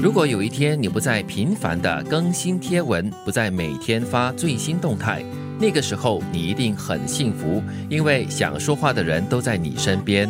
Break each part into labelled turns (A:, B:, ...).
A: 如果有一天你不再频繁的更新贴文，不再每天发最新动态，那个时候你一定很幸福，因为想说话的人都在你身边。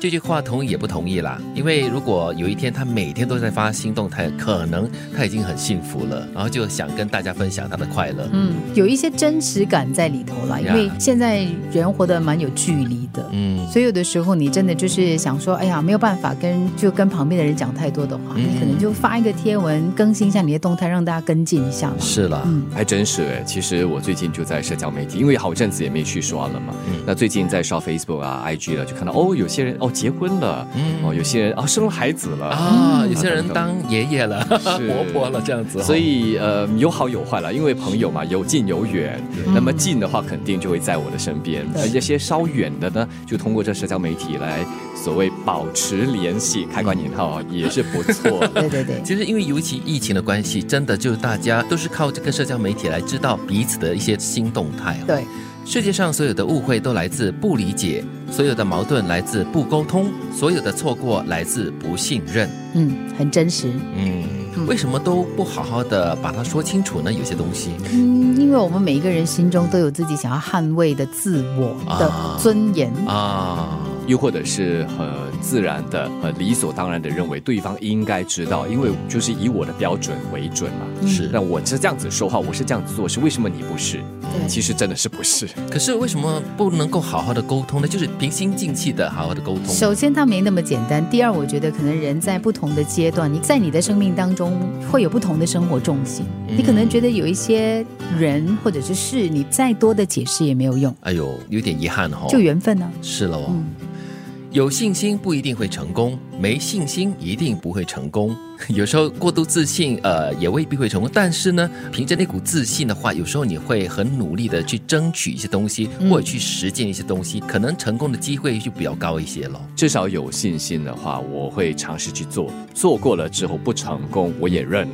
A: 这句话同意也不同意啦，因为如果有一天他每天都在发新动态，可能他已经很幸福了，然后就想跟大家分享他的快乐。
B: 嗯，有一些真实感在里头啦，因为
A: Yeah
B: 现在人活得蛮有距离的。
A: 嗯，
B: 所以有的时候你真的就是想说，哎呀，没有办法跟就跟旁边的人讲太多的话，
A: 嗯
B: 你可能就发一个贴文，更新一下你的动态，让大家跟进一下嘛。
A: 是啦，
B: 嗯
C: 还真是哎，其实我最近就在社交媒体，因为好阵子也没去刷了嘛。
A: 嗯
C: 那最近在刷 Facebook 啊、IG 了，就看到哦，有些人哦结婚了，
A: 嗯
C: 哦有些人啊生了孩子了。
A: 啊，
C: 嗯
A: 有些人
C: 等等
A: 当爷爷了，
C: 是
A: 婆婆了这样子哦，
C: 所以呃有好有坏了，因为朋友嘛有近有远，
A: 嗯
C: 那么近的话肯定就会在我的身边，
B: 对
C: 而这些稍远的呢，就通过这社交媒体来所谓保持联系，开关引号啊也是不错的。
B: 对对对，
A: 其实因为尤其疫情的关系，真的就是大家都是靠这个社交媒体来知道彼此的一些新动态、哦。，
B: 对，
A: 世界上所有的误会都来自不理解，所有的矛盾来自不沟通，所有的错过来自不信任。
B: 嗯，很真实。
A: 嗯，
B: 嗯
A: 为什么都不好好的把它说清楚呢？有些东西，
B: 嗯，因为我们每一个人心中都有自己想要捍卫的自我
A: 啊
B: 的尊严。
A: 啊，
C: 又或者是很自然的、很理所当然的认为对方应该知道，因为就是以我的标准为准嘛。
B: 嗯
A: 是
C: 那我是这样子说话，我是这样子做，是为什么你不是？其实真的是不是。
B: 嗯
A: 可是为什么不能够好好的沟通呢？就是平心静气的好好的沟通。
B: 首先，它没那么简单。第二，我觉得可能人在不同的阶段，你在你的生命当中会有不同的生活重心。
A: 嗯
B: 你可能觉得有一些人或者是事，你再多的解释也没有用，
A: 哎呦，有点遗憾哦。
B: 就缘分呢、
A: 是了哦。
B: 嗯
A: 有信心不一定会成功，没信心一定不会成功。 有时候过度自信，呃，也未必会成功。但是呢，凭着那股自信的话，有时候你会很努力的去争取一些东西，
B: 嗯
A: 或者去实践一些东西，可能成功的机会就比较高一些咯。
C: 至少有信心的话，我会尝试去做。做过了之后不成功，我也认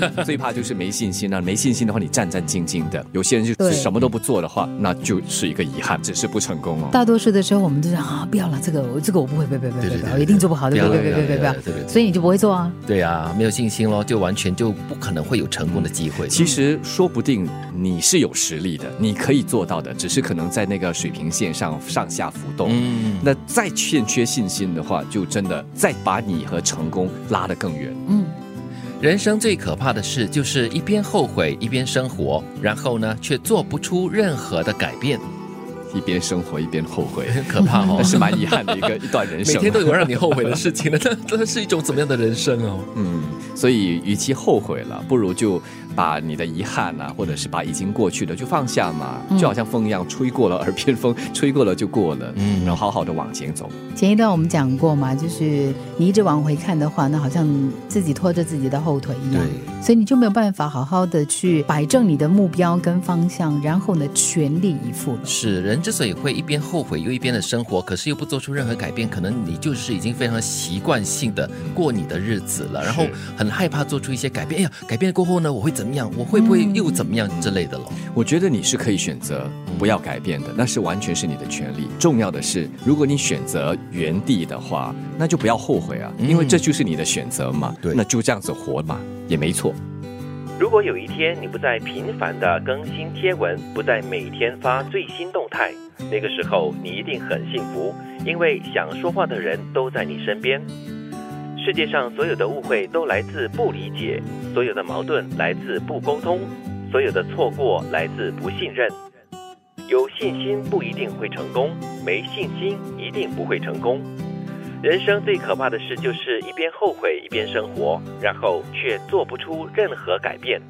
C: 了。 最怕就是没信心啊！没信心的话，你战战兢兢的。有些人就
B: 对
C: 什么都不做的话，那就是一个遗憾，只是不成功哦。
B: 大多数的时候，我们就想啊，不要了，这个我这个我不会，不要不要不
A: 对
B: 要
A: 对
B: 不
A: 对
B: 哦要，我一定做不好的，
A: 不要
B: 不要
A: 不
B: 不
A: 要
B: 要
A: 不
B: 不
A: 要
B: 要不要不要
A: 对对对，
B: 所以你就不会做啊。
A: 对啊，没有信心咯，就完全就不可能会有成功的机会。
C: 其实说不定你是有实力的，你可以做到的，只是可能在那个水平线上上下浮动。
A: 嗯，
C: 那再欠缺信心的话，就真的再把你和成功拉得更远。
B: 嗯，
A: 人生最可怕的事就是一边后悔一边生活，然后呢却做不出任何的改变，
C: 一边生活一边后 悔，
A: 很可怕哦
C: 那。是蛮遗憾的一个一段 人
A: 每
C: 生。啊
A: 天都有让你后悔的事情了，那 那是一种怎么样的人生哦？
C: 嗯，所以与其后悔了，不如就把你的遗憾啊，或者是把已经过去的就放下嘛，
B: 嗯
C: 就好像风一样，吹过了耳边风，吹过了就过了，
A: 嗯
C: 嗯，然后好好的往前走。
B: 前一段我们讲过嘛，就是你一直往回看的话，那好像自己拖着自己的后腿一样，所以你就没有办法好好的去摆正你的目标跟方向，然后呢全力以赴了。
A: 是人之所以会一边后悔又一边的生活，可是又不做出任何改变，可能你就是已经非常习惯性的过你的日子了，然后很害怕做出一些改变。哎呀，改变过后呢，我会怎么样？我会不会又怎么样之类的咯？
C: 我觉得你是可以选择不要改变的，那是完全是你的权利。重要的是，如果你选择原地的话，那就不要后悔啊，
A: 嗯
C: 因为这就是你的选择嘛，
A: 对
C: 那就这样子活嘛，也没错。
A: 如果有一天你不再频繁的更新贴文，不再每天发最新动态，那个时候你一定很幸福，因为想说话的人都在你身边。世界上所有的误会都来自不理解，所有的矛盾来自不沟通，所有的错过来自不信任。有信心不一定会成功，没信心一定不会成功。人生最可怕的事就是一边后悔一边生活，然后却做不出任何改变。